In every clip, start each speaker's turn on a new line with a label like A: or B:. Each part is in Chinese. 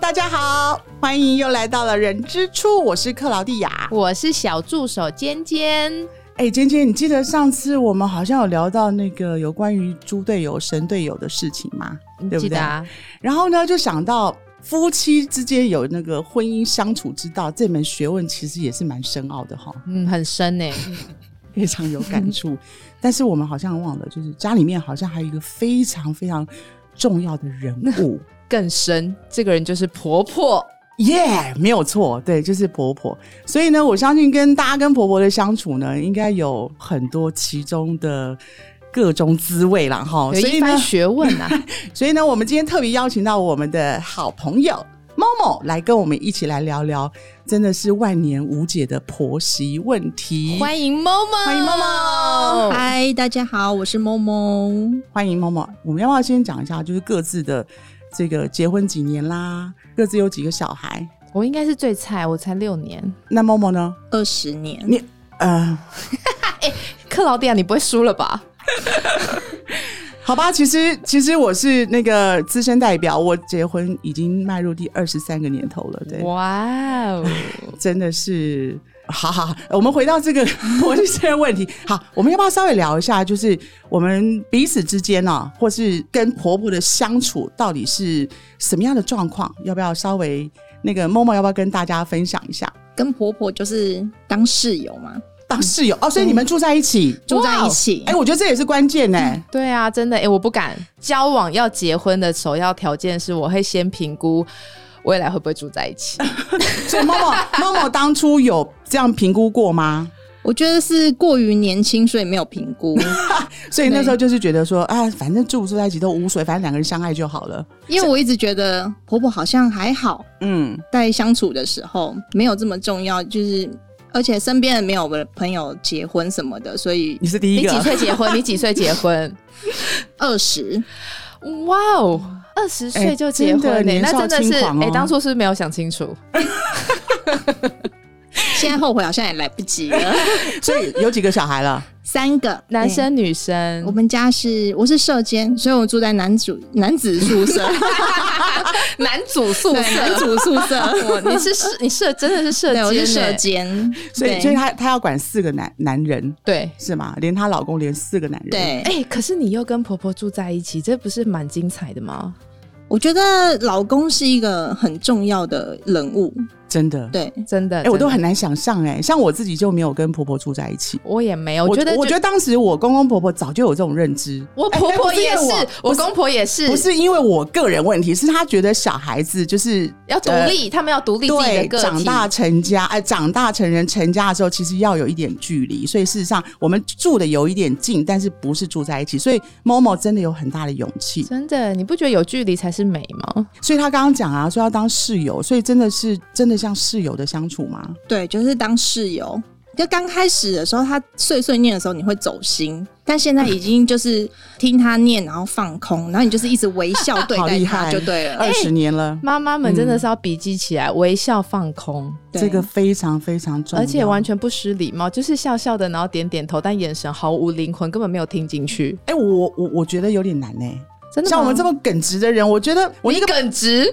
A: 大家好，欢迎又来到了人之初，我是克劳蒂亚。
B: 我是小助手尖尖，
A: 哎，尖尖，你记得上次我们好像有聊到那个有关于猪队友、神队友的事情吗？
B: 你
A: 对不
B: 记
A: 对
B: 得？啊？
A: 然后呢，就想到夫妻之间有那个婚姻相处之道这门学问，其实也是蛮深奥的哈，
B: 嗯，很深呢、
A: 非常有感触。但是我们好像忘了，就是家里面好像还有一个非常非常重要的人物。
B: 更深。这个人就是婆婆，
A: 耶没有错，对，就是婆婆。所以呢，我相信跟大家跟婆婆的相处呢，应该有很多其中的各种滋味啦，哈。
B: 有
A: 哦所以
B: 一
A: 呢
B: 番，学问 啊。
A: 所以呢，我们今天特别邀请到我们的好朋友 Momo 来跟我们一起来聊聊，真的是万年无解的婆媳问题。
B: 欢迎猫猫，
A: 欢迎 Momo
B: 哦
C: 嗨，大家好，我是某某。
A: 欢迎 Momo，我们要不要先讲一下，就是各自的这个结婚几年啦，各自有几个小孩？
B: 我应该是最菜，我才六年。
A: 那 Momo 呢？
C: 二十年，
A: 你呃，
B: 克劳迪亚，你不会输了吧？
A: 好吧，其实其实我是那个资深代表，我结婚已经迈入第二十三个年头了，对，
B: 哇哦，
A: 真的是。好好，好我们回到这个 婆媳之间的问题。好，我们要不要稍微聊一下，就是我们彼此之间啊，或是跟婆婆的相处到底是什么样的状况？要不要稍微那个默默要不要跟大家分享一下？
C: 跟婆婆就是当室友嘛，
A: 当室友哦，所以你们住在一起，
C: 住在一起。
A: 哎、我觉得这也是关键呢、
B: 对啊，真的哎、我不敢。交往要结婚的首要条件是，我会先评估未来会不会住在一起。
A: 所以默默默默当初有这样评估过吗？
C: 我觉得是过于年轻，所以没有评估。
A: 所以那时候就是觉得说啊，反正住不住在一起都无所谓，反正两个人相爱就好了。
C: 因为我一直觉得婆婆好像还好，
A: 嗯，
C: 在相处的时候没有这么重要，就是而且身边人没有我的朋友结婚什么的，所以
A: 你是第
B: 你
A: 一
B: 几
A: 个，
B: 岁结婚？你几岁结 婚？
C: 二十
B: 哇哦，二十岁就结婚
A: 哎真的
B: 呢、
A: 年
B: 那
A: 少
B: 真的
A: 轻
B: 是
A: 狂哦
B: 哎、当初是不是没有想清楚。
C: 现在后悔好像也来不及了。
A: 所以有几个小孩 了？
C: 三个
B: 男
C: 对
B: 生女生，
C: 我 们家是我是社监，所以我住在男主男子宿舍，
B: 男主宿
C: 对男
B: 舍。
C: 主宿舍。
B: 我你是社你社真的是社
C: 对，我是
B: 监
C: 射
B: 欸
C: 箭，
A: 所以
C: 对
A: 所以她她要管四个男男人
B: 对
A: 是吗？连她老公连四个男人。，
C: 对，
B: 哎、可是你又跟婆婆住在一起，这不是蛮精彩的吗？
C: 我觉得老公是一个很重要的人物，
A: 真的。
C: 对，
B: 真的，
A: 哎、我都
B: 真的
A: 很难想象哎、像我自己就没有跟婆婆住在一起。
B: 我也没有，觉得
A: 我觉得
B: 得
A: 当时我公公婆婆早就有这种认知，
B: 我
A: 哎
B: 婆
A: 哎
B: 婆
A: 不因
B: 也
A: 为
B: 是，我公婆也是，
A: 不是因为我个人问题，是她觉得小孩子就是
B: 要独
A: 呃
B: 立，他们要独立自己的
A: 对，
B: 个体，
A: 长大成家，哎、长大成人成家的时候，其实要有一点距离。所以事实上，我们住的有一点近，但是不是住在一起。所以 Momo 真的有很大的勇气。
B: 真的，你不觉得有距离才是美吗？
A: 所以他刚刚讲啊，说要当室友，所以真的是真的像室友的相处吗？
C: 对，就是当室友。就刚开始的时候，他碎碎念的时候，你会走心，但现在已经就是听他念，然后放空，然后你就是一直微笑 对
A: 好
C: 待
A: 厉害哎
C: 他就对了。
A: 二十年了，
B: 妈妈们真的是要笔记起来，微笑放空，
C: 对
A: 这个非常非常重要，
B: 哎而且完全不失礼貌，就是笑笑的，然后点点头，但眼神毫无灵魂，根本没有听进去。
A: 哎、我我我觉得有点难哎、
B: 真的吗，
A: 像我们这么耿直的人，我觉得我
B: 你
A: 那个
B: 耿直，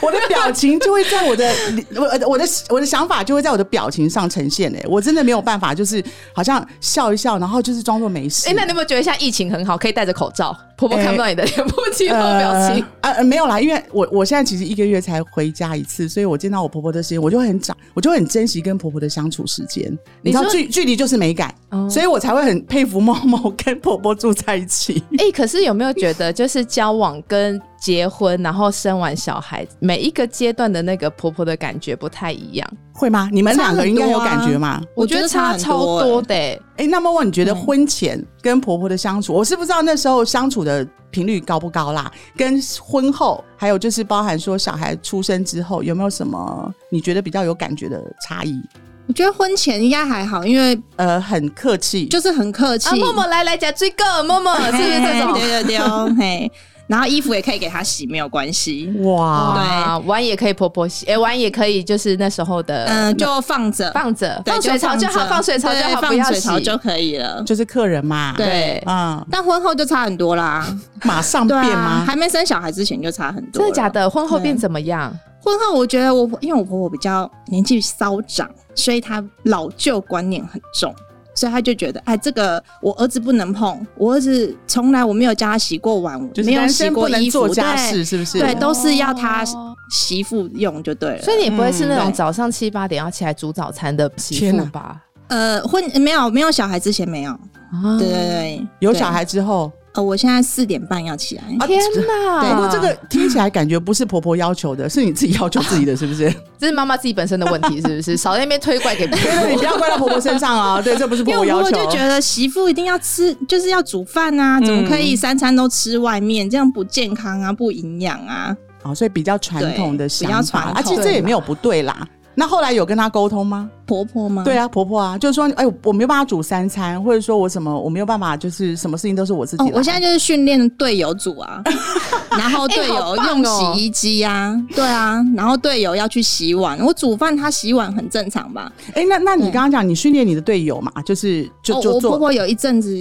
A: 我的表情就会在我的我我的我的想法就会在我的表情上呈现哎、我真的没有办法，就是好像笑一笑，然后就是装作没事。
B: 哎、那你有没有觉得现在疫情很好，可以戴着口罩，婆婆看不到你的脸 部肌肉表情？
A: 呃呃没有啦，因为我我现在其实一个月才回家一次，所以我见到我婆婆的时间，我就很长，我就很珍惜跟婆婆的相处时间。你知道
B: 说
A: 距距离就是美感，
B: 哦
A: 所以我才会很佩服某某跟婆婆住在一起。
B: 哎、可是有没有觉得，就是交往跟结婚，然后生完小孩，每一个阶段的那个婆婆的感觉不太一样？
A: 会吗？你们两个应该有感觉吗？
C: 我觉得
B: 差
C: 差
B: 超
C: 很
B: 多
C: 多
B: 的、欸。
A: 哎、那么问你觉
C: 嗯
A: 得婚前跟婆婆的相处，我是不知道那时候相处的频率高不高啦，跟婚后还有就是包含说小孩出生之后有没有什么你觉得比较有感觉的差异？
C: 我觉得婚前应该还好，因为
A: 呃，很客气，
C: 就是很客气，
B: 啊，默默来来讲追个默默是不是这
C: 嘿
B: 种？
C: 对对对哦，嘿，然后衣服也可以给他洗，没有关系，
A: 哇，
B: 啊，碗也可以婆婆洗，哎、碗也可以，就是那时候的、
C: 嗯，就放着，
B: 放着，
C: 对
B: 放水槽就好，
C: 着
B: 放水槽就
C: 对
B: 好，不
C: 放
B: 要
C: 水槽
B: 洗。
C: 就可以了。
A: 就是客人嘛，
C: 对，
A: 啊、
C: 但婚后就差很多啦，
A: 马上
C: 对
A: 变
C: 啊，
A: 吗？
C: 还没生小孩之前就差很多。
B: 真的假？的？婚后变
C: 对
B: 怎么样？
C: 婚问号，我觉得我因为我婆婆比较年纪稍长，所以她老旧观念很重，所以她就觉得，哎，这个我儿子不能碰，我儿子从来我没有教他洗过碗，我
A: 就是
C: 没有
A: 男
C: 洗
A: 生
C: 过
A: 不能
C: 衣
A: 做
C: 服，
A: 家
C: 对
A: 事，是不是？
C: 对，都是要他
B: 哦
C: 媳妇用就对了。
B: 所以你不会是那
C: 嗯
B: 种
C: 对
B: 早上七八点要起来煮早餐的媳
A: 天
B: 妇
A: 哪
B: 吧？
C: 呃，婚没有没有小孩之前没有，
B: 啊
C: 对对对，
A: 有
C: 对
A: 小。孩之后，
C: 呃，我现在四点半要起来，
B: 天
A: 不
B: 哪！
A: 过这个听起来感觉不是婆婆要求的，是你自己要求自己的，是不是？
B: 这是妈妈自己本身的问题，是不是？少在那边推怪给别
A: 对对，你
B: 人
A: 不。要怪到婆婆身上啊！对，这不是婆
C: 因
A: 婆
C: 为
A: 要
C: 我
A: 求。
C: 就觉得媳妇一定要吃，就是要煮饭
A: 嗯
C: 啊，怎么可以三餐都吃外面？这样不健康啊，不营养啊。
A: 哦，所以比较传统的想
C: 对比较
A: 法，而
C: 传统
A: 且这也没有不对啦。那后来有跟她沟通吗？
C: 婆婆吗？
A: 对啊，婆婆啊，就是说，哎，我没有办法煮三餐，或者说我什么，我没有办法，就是什么事情都是我自己
C: 哦
A: 来。，
C: 我现在就是训练队友组 啊，然后队
B: 哎好
C: 友
B: 棒
C: 用
B: 哦
C: 洗衣机啊，对啊，然后队友要去洗碗，我煮饭他洗碗很正常吧？
A: 哎，那那你
C: 对
A: 刚刚讲你训练你的队友嘛，就是就
C: 哦，
A: 就
C: 我婆
A: 做
C: 婆有一阵子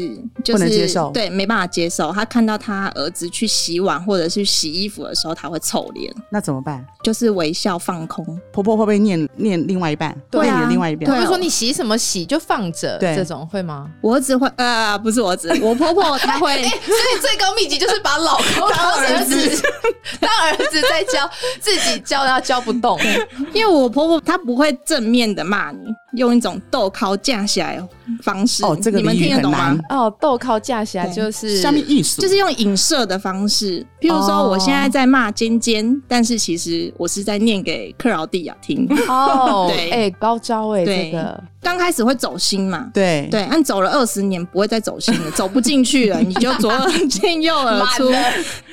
C: 就
A: 不
C: 是
A: 能接受
C: 对，没办法接受，她看到她儿子去洗碗或者是洗衣服的时候，她会臭脸，
A: 那怎么办？
C: 就是微笑放空，
A: 婆婆会不会念念另外一半，
C: 对啊
A: 念你的另外一半？
C: 对
B: 会说你洗什么洗就放着，
A: 对
B: 这种会吗？，
C: 我儿子会，呃，不是我儿子，我婆婆她会
B: 所以最高秘籍就是把老公当儿子， 当儿子在教自己教，然后教不动。
C: 因为我婆婆她不会正面的骂你，用一种豆靠架起来的方式。
A: 哦这个
C: 你们
A: 俚语
C: 听得
A: 很
C: 懂吗
A: 难？
B: 哦，豆靠架起来
C: 对
B: 就是
A: 下面艺术
C: 就是用影射的方式，譬如说
B: 哦
C: 我现在在骂尖尖，但是其实我是在念给克劳蒂亚 听。
B: 哦，
C: 对
B: 哎，高招哎，这
C: 对
B: 个
C: 刚开始会走心嘛，
A: 对
C: 对，按走了二十年不会再走心了，走不进去了，你就左耳进右耳出，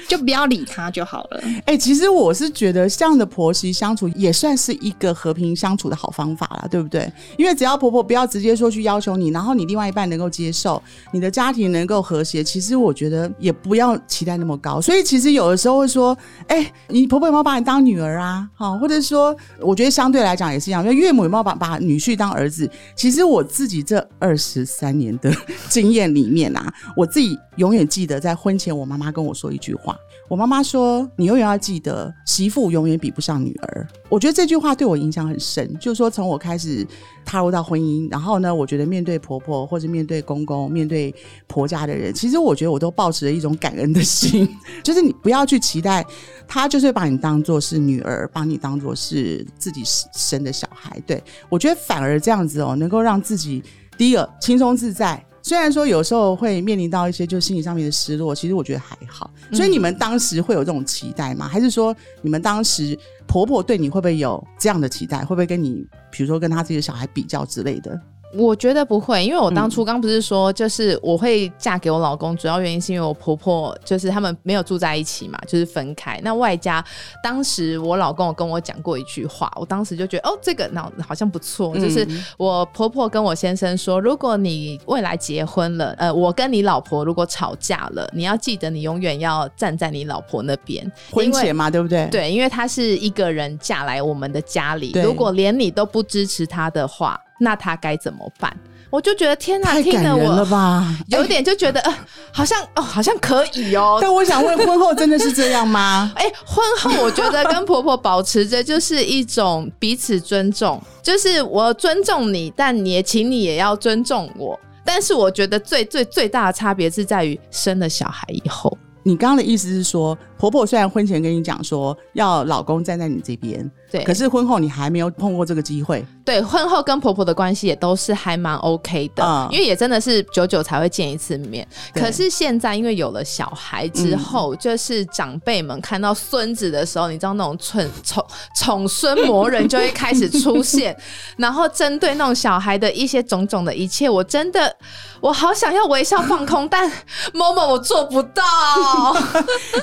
C: 就不要理他就好了。
A: 哎、其实我是觉得这样的婆媳相处也算是一个和平相处的好方法啦，对不对？因为只要婆婆不要直接说去要求你，然后你另外一半能够接受，你的家庭能够和谐，其实我觉得也不要期待那么高。所以其实有的时候会说，哎、你婆婆有没有把你当女儿啊？好，或者说，我觉得相对来讲也是一样，因为岳母有没有把把女婿当儿子？其实我自己这二十三年的 经验里面啊，我自己永远记得在婚前我妈妈跟我说一句话，我妈妈说：“你永远要记得，媳妇永远比不上女儿。”我觉得这句话对我影响很深，就是说从我开始踏入到婚姻，然后呢，我觉得面对婆婆或者面对公公、面对婆家的人，其实我觉得我都抱持了一种感恩的心， 就是你不要去期待他，就是把你当做是女儿，把你当做是自己生的小孩。对我觉得反而这样子哦，能够让自己第一个轻松自在。虽然说有时候会面临到一些就心理上面的失落，其实我觉得还好。
B: 嗯
A: 所以你们当时会有这种期待吗？还是说你们当时婆婆对你会不会有这样的期待？会不会跟你，比如说跟她自己的小孩比较之类的？
B: 我觉得不会，因为我
A: 嗯
B: 当初刚不是说，就是我会嫁给我老公，主要原因是因为我婆婆就是他们没有住在一起嘛，就是分开。那外加当时我老公有跟我讲过一句话，我当时就觉得哦，这个脑好像不
A: 嗯
B: 错，就是我婆婆跟我先生说，如果你未来结婚了，呃，我跟你老婆如果吵架了，你要记得你永远要站在你老婆那边，
A: 婚
B: 因为
A: 前嘛，对不对？，
B: 对，因为她是一个人嫁来我们的家里
A: 对，
B: 如果连你都不支持她的话，那她该怎么办？我就觉得天哪，
A: 太
B: 听
A: 感
B: 得
A: 人了
B: 我
A: 吧！哎
B: 有点就觉得，呃，好像哦，好像可以哦。
A: 但我想问，婚后真的是这样吗？
B: 哎、婚后我觉得跟婆婆保持着就是一种彼此尊重， 就是我尊重你，但你也请你也要尊重我。但是我觉得最最最大的差别是在于生了小孩以后，
A: 你刚刚的意思是说，婆婆虽然婚前跟你讲说要老公站在你这边，
B: 对，
A: 可是婚后你还没有碰过这个机会。
B: 对，婚后跟婆婆的关系也都是还蛮 OK 的，
A: 嗯
B: 因为也真的是久久才会见一次面。
A: 对嗯
B: 可是现在因为有了小孩之后，就是长辈们看到孙子的时候，你知道那种宠宠宠孙魔人就会开始出 现，然后针对那种小孩的一些种种的一切，我真的我好想要微笑放空，但某某我做不 到。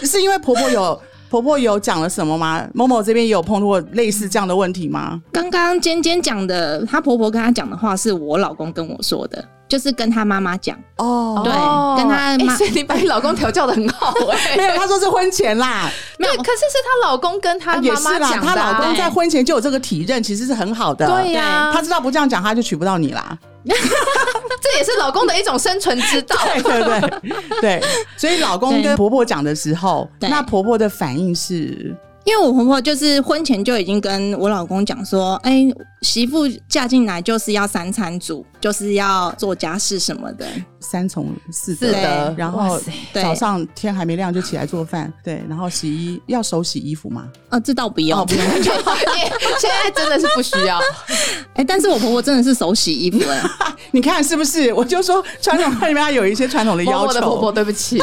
A: 是因为婆婆有 婆婆有讲了什么吗？某某这边也有碰过类似这样的问题吗？
C: 刚刚尖尖讲的，她婆婆跟她讲的话是我老公跟我说的，就是跟她妈妈讲，
A: 哦，
C: 对
B: 哦
C: 跟她
B: 哎
C: 妈
B: 所以你把你老公调教的 很好哎、
A: 没有，她说是婚前啦，
B: 对，可是是她老公跟她
A: 也
B: 妈
A: 是
B: 妈
A: 啦，
B: 讲的、
A: 她
B: 啊，
A: 老公在婚前就有这个体认，其实是很好的。
B: 对啊呀、
A: 她知道不这样讲，她就娶不到你 啦。
B: 这也是老公的一种生存之 道。
A: 对对对对，所以老公
C: 对
A: 跟婆婆讲的时候，
C: 对
A: 那婆婆的反应是
C: 因为我婆婆就是婚前就已经跟我老公讲说，哎、媳妇嫁进来就是要三餐煮，就是要做家事什么的。
A: 三从四
B: 是
A: 德，
B: 的，
A: 然
B: 哇
A: 后
B: 塞
C: 对
A: 早上天还没亮就起来做饭，对，然后洗衣要手洗衣服嘛，
C: 啊，这倒不用。
A: 哦不用
B: 现在真的是不需要，
C: 哎、但是我婆婆真的是手洗衣服哎、
A: 你看是不是？我就说传统里面它有一些传统的
B: 我
A: 要
B: 我的
A: 求，
B: 婆婆，对不起，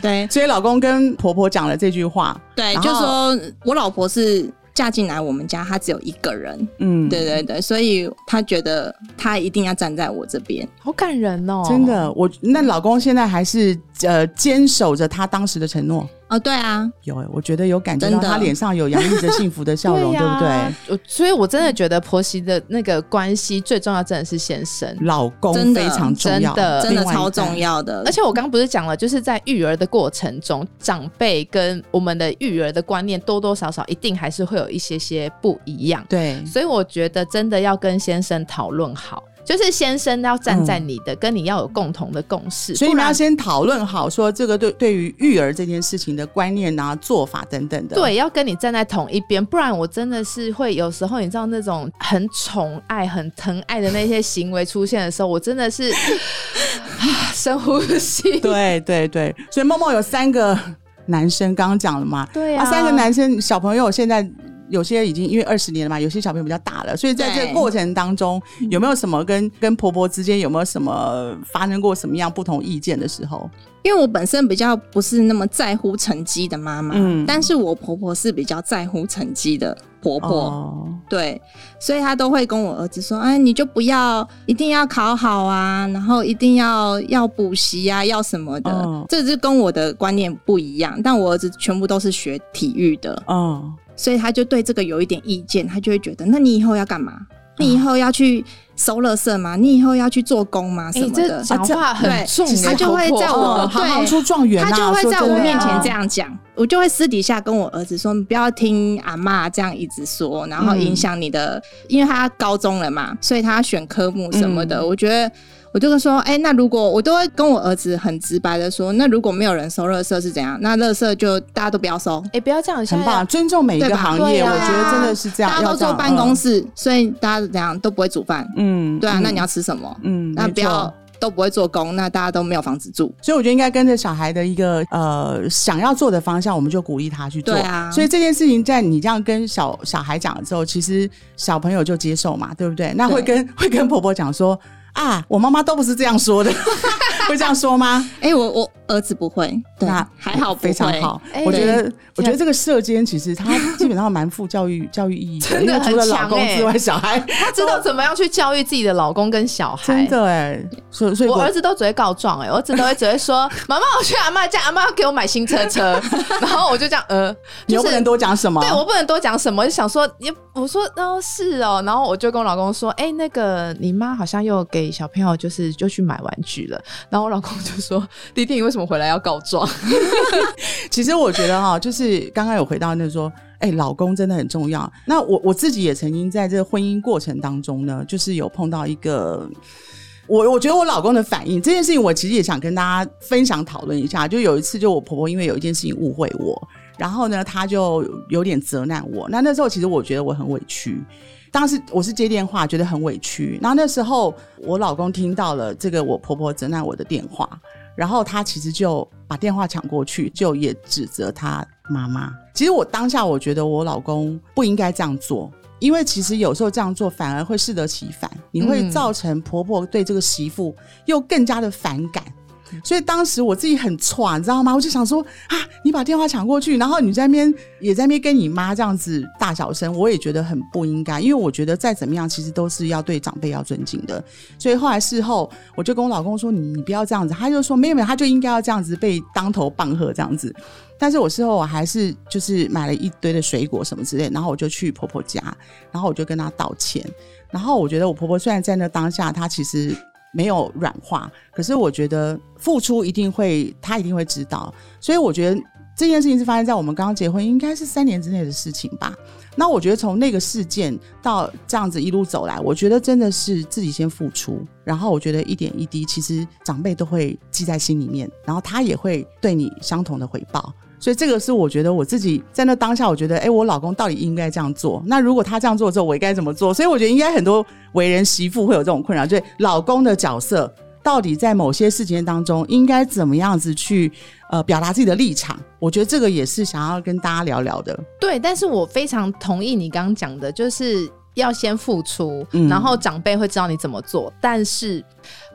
C: 对
A: 所以老公跟婆婆讲了这句话，
C: 对，
A: 然
C: 就
A: 后
C: 说我老婆是嫁进来我们家，她只有一个人，
A: 嗯，
C: 对对对，所以她觉得她一定要站在我这边。
B: 好感人哦，
A: 真。的，我那老公现在还是呃坚守着他当时的承诺。
C: 哦，对啊，
A: 有哎、我觉得有感觉到
C: 真的
A: 他脸上有洋溢着幸福的笑 容，对,、
B: 呀
A: 不
B: 我所以，我真的觉得婆媳的那个关系最重要，真的是先生。
A: 对？老公
C: 真的
A: 非常重要，
B: 真的
C: 真的
A: 另外一
C: 超
A: 半
C: 重。要的，
B: 而且我刚不是讲了，就是在育儿的过程中，长辈跟我们的育儿的观念多多少少一定还是会有一些些不一样。
A: 对，
B: 所以我觉得真的要跟先生讨论好，就是先生要站在你的，跟你要有共同的共识。
A: 嗯所以你
B: 不
A: 们
B: 然
A: 要先讨论好，说这个对对于育儿这件事情的观念啊、做法等等的。，
B: 对，要跟你站在同一边，不然我真的是会有时候，你知道那种很宠爱、很疼爱的那些行为出现的时候，我真的 是啊深呼吸。
A: 对对对，所以梦梦有三个男生，刚刚讲了嘛，
B: 对啊
A: 三个男生小朋友现在。有些已经因为二十年了嘛，有些小朋友比较大了，所以在这个
C: 对嗯
A: 过程当中，有没有什么跟跟婆婆之间有没有什么发生过什么样不同意见的时候？
C: 因为我本身比较不是那么在乎成绩的妈妈，
A: 嗯
C: 但是我婆婆是比较在乎成绩的婆婆，
A: 哦，
C: 对，所以她都会跟我儿子说：“哎，你就不要一定要考好啊，然后一定要要补习啊，要什么的。
A: 哦
C: 这是跟我的观念不一样，但我儿子全部都是学体育的，
A: 哦，
C: 所以他就对这个有一点意见，他就会觉得：那你以后要干嘛？你以后要去收垃圾吗？你以后要去做工吗？什
B: 哎、
C: 么的？
B: 这讲话很
C: 对
B: 重欸，
C: 他就会
B: 婆婆
C: 在我
A: 哦，行行
C: 对
A: 出状元、啊，
C: 他就会
A: 说
C: 在
A: 真
C: 我
A: 的
C: 面前这样讲，我就会私底下跟我儿子说：“你不要听阿嬷这样一直说，然后影响你的，因为他高中了嘛，所以他选科目什么
A: 嗯
C: 的。我觉得。我就会说，哎、那如果我都会跟我儿子很直白的说，那如果没有人收垃圾是怎样？那垃圾就大家都不要收，
B: 哎、不要这样，现
A: 很
B: 在
A: 棒，尊重每一
C: 对
A: 个
C: 吧啊
A: 行业，
B: 对啊
A: 我觉得真的是这样，
C: 大家
A: 要
C: 都
A: 这
C: 坐
A: 样嗯
C: 办公，室，所以大家怎样都不会煮饭，
A: 嗯，嗯
C: 对啊，
A: 嗯
C: 那你要吃什么？
A: 嗯，
C: 那
A: 没
C: 不要
A: 错。
C: 都不会做工，那大家都没有房子住，
A: 所以我觉得应该跟着小孩的一个呃想要做的方向，我们就鼓励他去做。
C: 对啊
A: 所以这件事情在你这样跟小小孩讲了之后，其实小朋友就接受嘛，对不对？那会跟会跟婆婆讲说啊，我妈妈都不是这样说的， 会这样说吗？
C: 哎、我我儿子不会，对
A: 那，
C: 还好不会
A: 非常好。
B: 哎
A: 我觉得，我
B: 对
A: 觉得这个社间其实它基本上蛮富教育教育意义的，
B: 真
A: 因
B: 的
A: 为除了
B: 很
A: 老
B: 强
A: 公
B: 欸
A: 之外，小孩
B: 他知道怎么样去教育自己的老公跟小孩。
A: 真的哎、所以所以
B: 我儿子都只会告状哎、我儿子都会只会 说：“妈妈，我去阿妈家，阿妈要给我买新车车。”然后我就这样呃，
A: 你
B: 就
A: 又不
B: 是
A: 能多讲什么，
B: 对我不能多讲什么，我就想说也我说哦是哦，然后我就跟我老公说：“哎、那个你妈好像又给小朋友就是就去买玩具了。”然后我老公就说：“弟弟，你为什么回来要告状
A: 其实我觉得哈、就是刚刚有回到那说，哎、老公真的很重要。那我我自己也曾经在这个婚姻过程当中呢，就是有碰到一个。我我觉得我老公的反应这件事情，我其实也想跟大家分享讨论一下。就有一次，就我婆婆因为有一件事情误会我，然后呢，她就有点责难我。那那时候其实我觉得我很委屈，当时我是接电话，觉得很委屈。然后那时候我老公听到了这个我婆婆责难我的电话，然后他其实就把电话抢过去，就也指责他妈妈。其实我当下我觉得我老公不应该这样做，因为其实有时候这样做反而会适得其反，你会
B: 嗯
A: 造成婆婆对这个媳妇又更加的反感。所以当时我自己很错，你知道吗？我就想说啊，你把电话抢过去，然后你在那边也在那边跟你妈这样子大小声，我也觉得很不应该，因为我觉得再怎么样，其实都是要对长辈要尊敬的。所以后来事后，我就跟我老公说：“你你不要这样子。”他就说：“没有没有，他就应该要这样子被当头棒喝这样子。”但是我事后我还是就是买了一堆的水果什么之类，然后我就去婆婆家，然后我就跟她道歉。然后我觉得我婆婆虽然在那当下，她其实没有软化，可是我觉得付出一定会，她一定会知道。所以我觉得这件事情是发生在我们刚刚结婚，应该是三年之内的事情吧。那我觉得从那个事件到这样子一路走来，我觉得真的是自己先付出，然后我觉得一点一滴，其实长辈都会记在心里面，然后他也会对你相同的回报。所以这个是我觉得我自己在那当下，我觉得哎、诶我老公到底应该这样做？那如果他这样做之后，我应该怎么做？所以我觉得应该很多为人媳妇会有这种困扰，就是老公的角色到底在某些事情当中应该怎么样子去呃表达自己的立场？我觉得这个也是想要跟大家聊聊的。
B: 对，但是我非常同意你刚刚讲的，就是要先付出，
A: 嗯
B: 然后长辈会知道你怎么做，但是。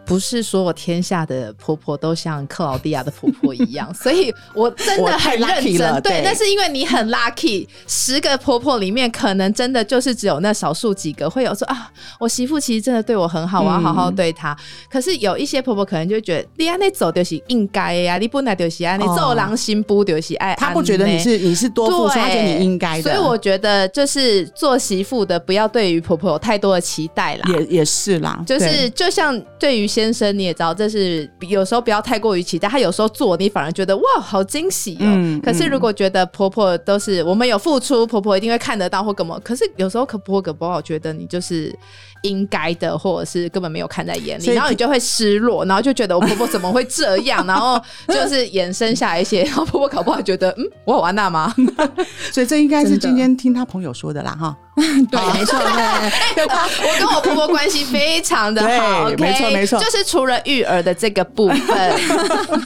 B: 不是所有天下的婆婆都像克劳地亚的婆婆一样，所以我真
A: 我
B: 的
A: 太
B: 很认
A: lucky 了
B: 真。对
A: 对，
B: 但是因为你很 lucky，十个婆婆里面可能真的就是只有那少数几个会有说啊，我媳妇其实真的对我很好，我要好好
A: 嗯
B: 对她。可是有一些婆婆可能就觉得，你安那走就是应该的呀，你本来就是啊，你
A: 哦
B: 做狼心不就是爱。
A: 他不觉得你是你是多付出，
B: 对
A: 他觉得你应该的。
B: 所以我觉得就是做媳妇的，不要对于婆婆有太多的期待啦。
A: 也也是啦，
B: 就是
A: 对
B: 就像对于先生，你也知道，这是有时候不要太过于期待，他有时候做你反而觉得哇，好惊喜哦。
A: 嗯
B: 可是如果觉得婆婆都是我们有付出，婆婆一定会看得到或干嘛，可是有时候可婆婆不好觉得你就是应该的，或者是根本没有看在眼里，
A: 所以
B: 然后你就会失落，然后就觉得我婆婆怎么会这 样，然后就是衍生下来一些，然后婆婆搞不好觉得嗯，我有安娜吗？
A: 所以这应该是
C: 真的
A: 今天听他朋友说的啦， 哈。啊
C: 对，没错，对，
B: 我跟我婆婆关系非常的好，
A: 对
B: OK？
A: 没错没错
B: 就是除了育儿的这个部分，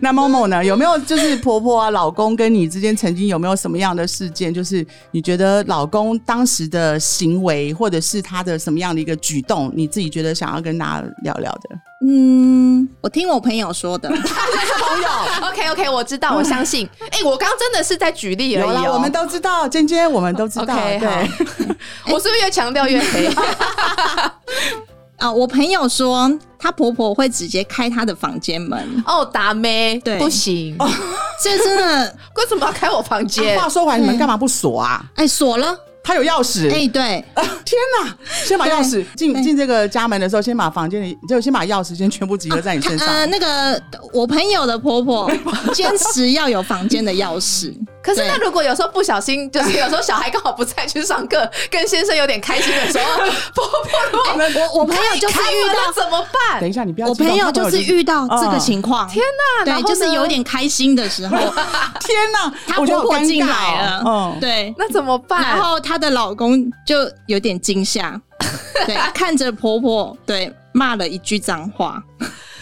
A: 那某某呢？有没有就是婆婆啊、老公跟你之间曾经有没有什么样的事件？就是你觉得老公当时的行为，或者是他的什么样的一个举动，你自己觉得想要跟大家聊聊的？
C: 嗯，我听我朋友说 的，
A: 朋友，
B: OK OK，我哦知道，我相信。哎、我刚真的是在举例而
A: 有
B: 已、
A: 啦，
B: 哦。
A: 我们都知道，尖尖我们都知道
B: OK
A: 对。
B: 好，我是不是越强调越黑？
C: 啊、我朋友说她婆婆会直接开她的房 间门，
B: 哦，达妹，
C: 对
B: 不行，
C: 所以真的，
B: 为什么要开我房间
A: 啊话？说完，
B: 嗯
A: 你们干嘛不锁啊？
C: 哎、锁了，
A: 他有钥匙。
C: 哎、对，
A: 天哪！先把钥匙进
C: 对
A: 进这个家门的时候，先把房间里就先把钥匙先全部集合在你身上。啊
C: 呃，那个我朋友的婆婆坚持要有房间的 钥匙，
B: 可是那
C: 对
B: 如果有时候不小心，就是有时候小孩刚好不在去上课，跟先生有点开心的时候，婆婆如
A: 哎
B: 果 哎
C: 我我朋友就是
B: 开门
C: 遇
B: 了
C: 到。
B: 怎么
A: 等
B: 办？
A: 一下，你不要
C: 我
A: 激
C: 朋
A: 动。
C: 友
A: 他
C: 就是遇到这
A: 嗯
C: 个情况，天
B: 哪然
C: 对，
B: 后
C: 就
B: 呢
C: 是有点开心的 时候，
A: 天哪，
C: 她
A: 我觉得
C: 婆
A: 好
C: 婆
A: 尴尬
C: 进来了，
A: 哦嗯，
C: 对，
B: 那怎么办
C: 然？后她的老公就有点惊 吓，对，看着婆婆，对，骂了一句脏话，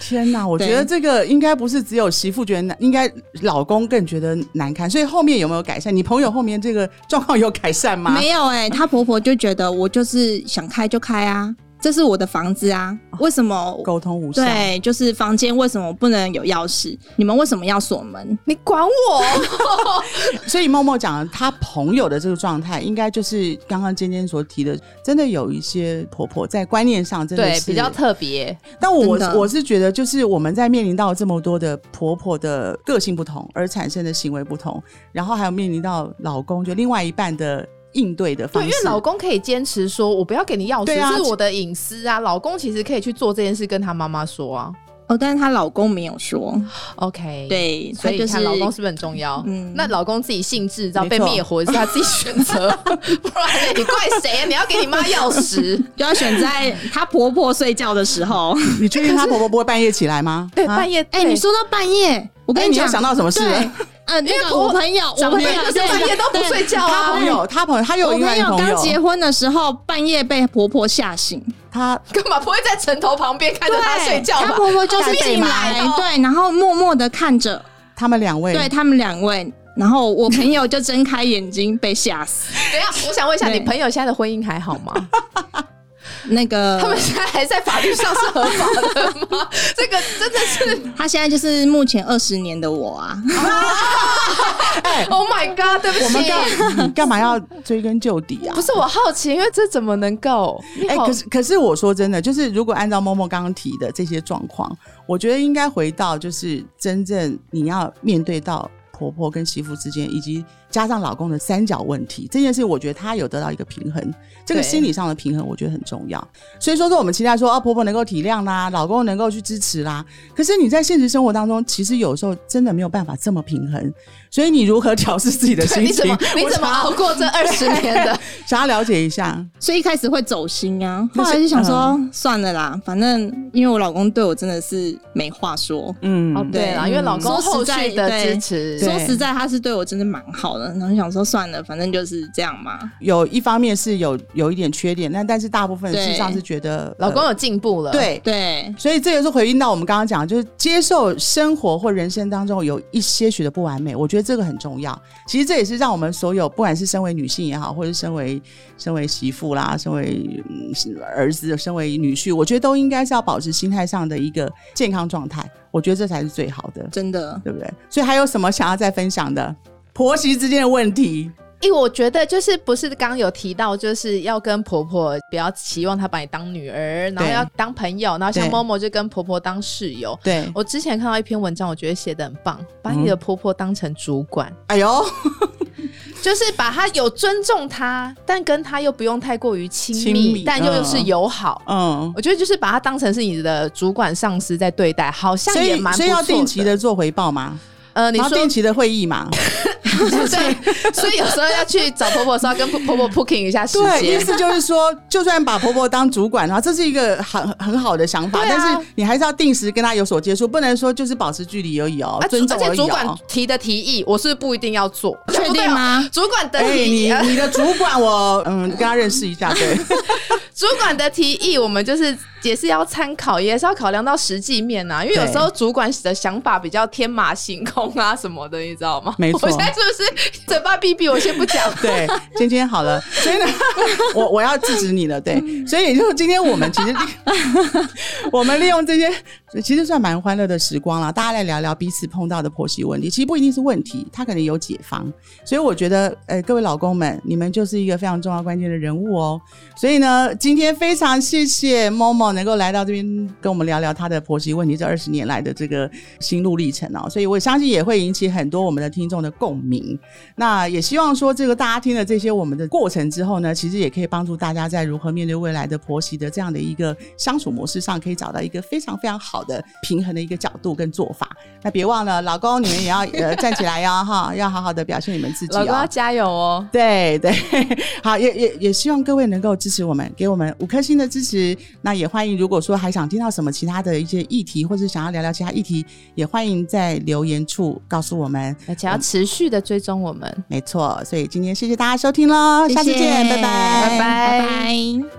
A: 天哪，我觉
C: 对
A: 得这个应该不是只有媳妇觉得难，应该老公更觉得难堪。所以后面有没有改善？你朋友后面这个状况有改善吗？
C: 没有哎、她婆婆就觉得我就是想开就开啊，这是我的房子啊，为什么？
A: 沟通无效。
C: 对，就是房间为什么不能有钥匙？你们为什么要锁门？
B: 你管我？
A: 所以默默讲她朋友的这个状态，应该就是刚刚尖尖所提的，真的有一些婆婆在观念上真的
B: 对，
A: 是
B: 比较特别。
A: 但我
C: 真的
A: 我是觉得，就是我们在面临到这么多的婆婆的个性不同而产生的行为不同，然后还有面临到老公就另外一半的应对的方
B: 对，
A: 式，
B: 因为老公可以坚持说，我不要给你钥匙，
A: 对啊
B: 这是我的隐私啊。老公其实可以去做这件事，跟他妈妈说啊。
C: 哦，但是她老公没有说，
B: OK，，
C: 对，
B: 所以
C: 她就
B: 你
C: 是
B: 看老公是不是很重要？
C: 嗯
B: 那老公自己性质，然后被
A: 没错
B: 灭火是他自己选择，不然你怪谁啊？你要给你妈钥匙？
C: 就要选在她婆婆睡觉的时候。
A: 你确定她婆婆不会半夜起来吗？
B: 对，
A: 啊
B: 半夜，
C: 哎、你说到半夜，我
A: 哎
C: 跟
A: 你
C: 讲，
A: 又想到什么事了
C: 对？呃，那
B: 因为
C: 个
B: 婆
C: 我朋友，我
B: 长
C: 朋
B: 辈
C: 友
B: 就是
C: 对
B: 半夜都不
C: 对
B: 睡觉
A: 他
B: 啊
A: 朋。友，他朋友，他有
C: 我
A: 另外
C: 朋
A: 一个
C: 友
A: 朋
C: 刚结
A: 友，
C: 婚的时候，半夜被婆婆吓醒，
A: 他
B: 干嘛不会在枕头旁边看着他睡觉
C: 她
B: 吧？
C: 婆婆就是进
B: 赶
C: 来
B: 紧来哦，
C: 对，然后默默的看着，
A: 他们两位，
C: 对他们两位，然后我朋友就睁开眼睛被吓死。
B: 等一下，我想问一下，
C: 对
B: 你朋友现在的婚姻还好吗？
C: 那个
B: 他们现在还在法律上是合法的吗？ 这个真的是
C: 他现在就是目前二十年的我啊，
B: ，Oh my God！对不起，
A: 哎我们干 你干嘛要追根究底啊
B: 不？是我好奇，因为这怎么能够？
A: 哎、
B: 你好
A: 可是可是我说真的，就是如果按照默默刚刚提的这些状况，我觉得应该回到就是真正你要面对到婆婆跟媳妇之间，以及加上老公的三角问题这件事，我觉得她有得到一个平衡，这个
B: 对
A: 心理上的平衡我觉得很重要。所以说说我们期待说啊，婆婆能够体谅啦，老公能够去支持啦。可是你在现实生活当中，其实有时候真的没有办法这么平衡，所以你如何调试自己的
B: 对
A: 心
B: 你怎
A: 情
B: 么？你
A: 我
B: 怎么
A: 想要
B: 熬哦过这二十年 的？
A: 想要了解一下？
C: 所以一开始会走心啊，
A: 可
C: 后
A: 是
C: 来就想说、
B: 嗯
C: 算了啦，反正因为我老公对我真的是没话说。
A: 嗯，
B: 哦，对啦，因为老公
C: 说实
B: 后
C: 在
B: 续的
C: 对
B: 支持，
A: 对
C: 说实在，他是对我真的蛮好的，然后就想说算了，反正就是这样嘛。
A: 有一方面是有有一点缺点，但但是大部分
C: 对
A: 事实上是觉得
B: 老公
A: 呃
B: 有进步了，，
A: 对。
C: 对，
A: 所以这也是回应到我们刚刚讲，就是接受生活或人生当中有一些许的不完美，我觉得这个很重要。其实这也是让我们所有，不管是身为女性也好，或者是身为身为媳妇啦，身为、嗯是儿子、身为女婿，我觉得都应该是要保持心态上的一个健康状态。我觉得这才是最好的，
C: 真的
A: 对不对？所以还有什么想要再分享的婆媳之间的问题？
B: 因为我觉得就是不是刚刚有提到，就是要跟婆婆不要期望她把你当女儿，然后
A: 对
B: 要当朋友，然后像
A: 对
B: Momo 就跟婆婆当室友。
A: 对，
B: 我之前看到一篇文章，我觉得写的很棒，把你的婆婆当成主管，
A: 哎呦，
B: 就是把她有尊重她，但跟她又不用太过于亲密，
A: 亲密
B: 但又又是
A: 嗯
B: 友好。
A: 嗯，
B: 我觉得就是把她当成是你的主管上司在对待，好像
A: 所
B: 也
A: 以
B: 蛮不
A: 所
B: 错
A: 以要定期的做回报嘛，
B: 呃，你
A: 然后
B: 说
A: 定期的会议嘛，
B: 对， 所以有时候要去找婆婆的时候，要跟婆婆 booking 一下 时
A: 对，意
B: 间。
A: 思就是说，就算把婆婆当主管，然后这是一个很很好的想法，
B: 对啊
A: 但是你还是要定时跟她有所接触，不能说就是保持距离而已哦，
B: 啊
A: 尊重
B: 而且
A: 而已
B: 主管
A: 哦。
B: 提的提议，我是不一定要做，
C: 确定吗？
B: 主管的
A: 哎、
B: 提议，
A: 你
B: 呃
A: 你的主管我嗯跟他认识一下，对，
B: 主管的提议，我们就是也是要参考，也是要考量到实际面啊呐、因为有
A: 对
B: 时候主管的想法比较天马行空啊什么的，你知道吗？
A: 没错啊
B: 我现在是不是嘴巴闭闭？我先不 讲。
A: 对，今天好了，所以呢， 我我要制止你了，对，所以也就是今天我们其实利 我们利用这些其实算蛮欢乐的时光了，大家来聊聊彼此碰到的婆媳问题，其实不一定是问题，它可能有解方，所以我觉得，呃，各位老公们，你们就是一个非常重要关键的人物哦，所以呢，今天非常谢谢 Momo 能够来到这边跟我们聊聊她的婆媳问题，这二十年来的这个心路历程哦，所以我相信也会引起很多我们的听众的共鸣。那也希望说，这个大家听了这些我们的过程之后呢，其实也可以帮助大家在如何面对未来的婆媳的这样的一个相处模式上，可以找到一个非常非常好的平衡的一个角度跟做法。那别忘了，老公你们也要呃站起来呀、哈，要好好的表现你们自己
B: 老公要
A: 哦。
B: 加油哦！
A: 对 对，好，也也也希望各位能够支持我们，给我们五颗星的支持。那也欢迎，如果说还想听到什么其他的一些议题，或是想要聊聊其他议题，也欢迎在留言处告诉我们。
B: 而且要持续的追踪我们。
A: 没错，所以今天谢谢大家收听喽，下次见，
C: 谢谢
A: 拜拜，
B: 拜拜
C: 拜拜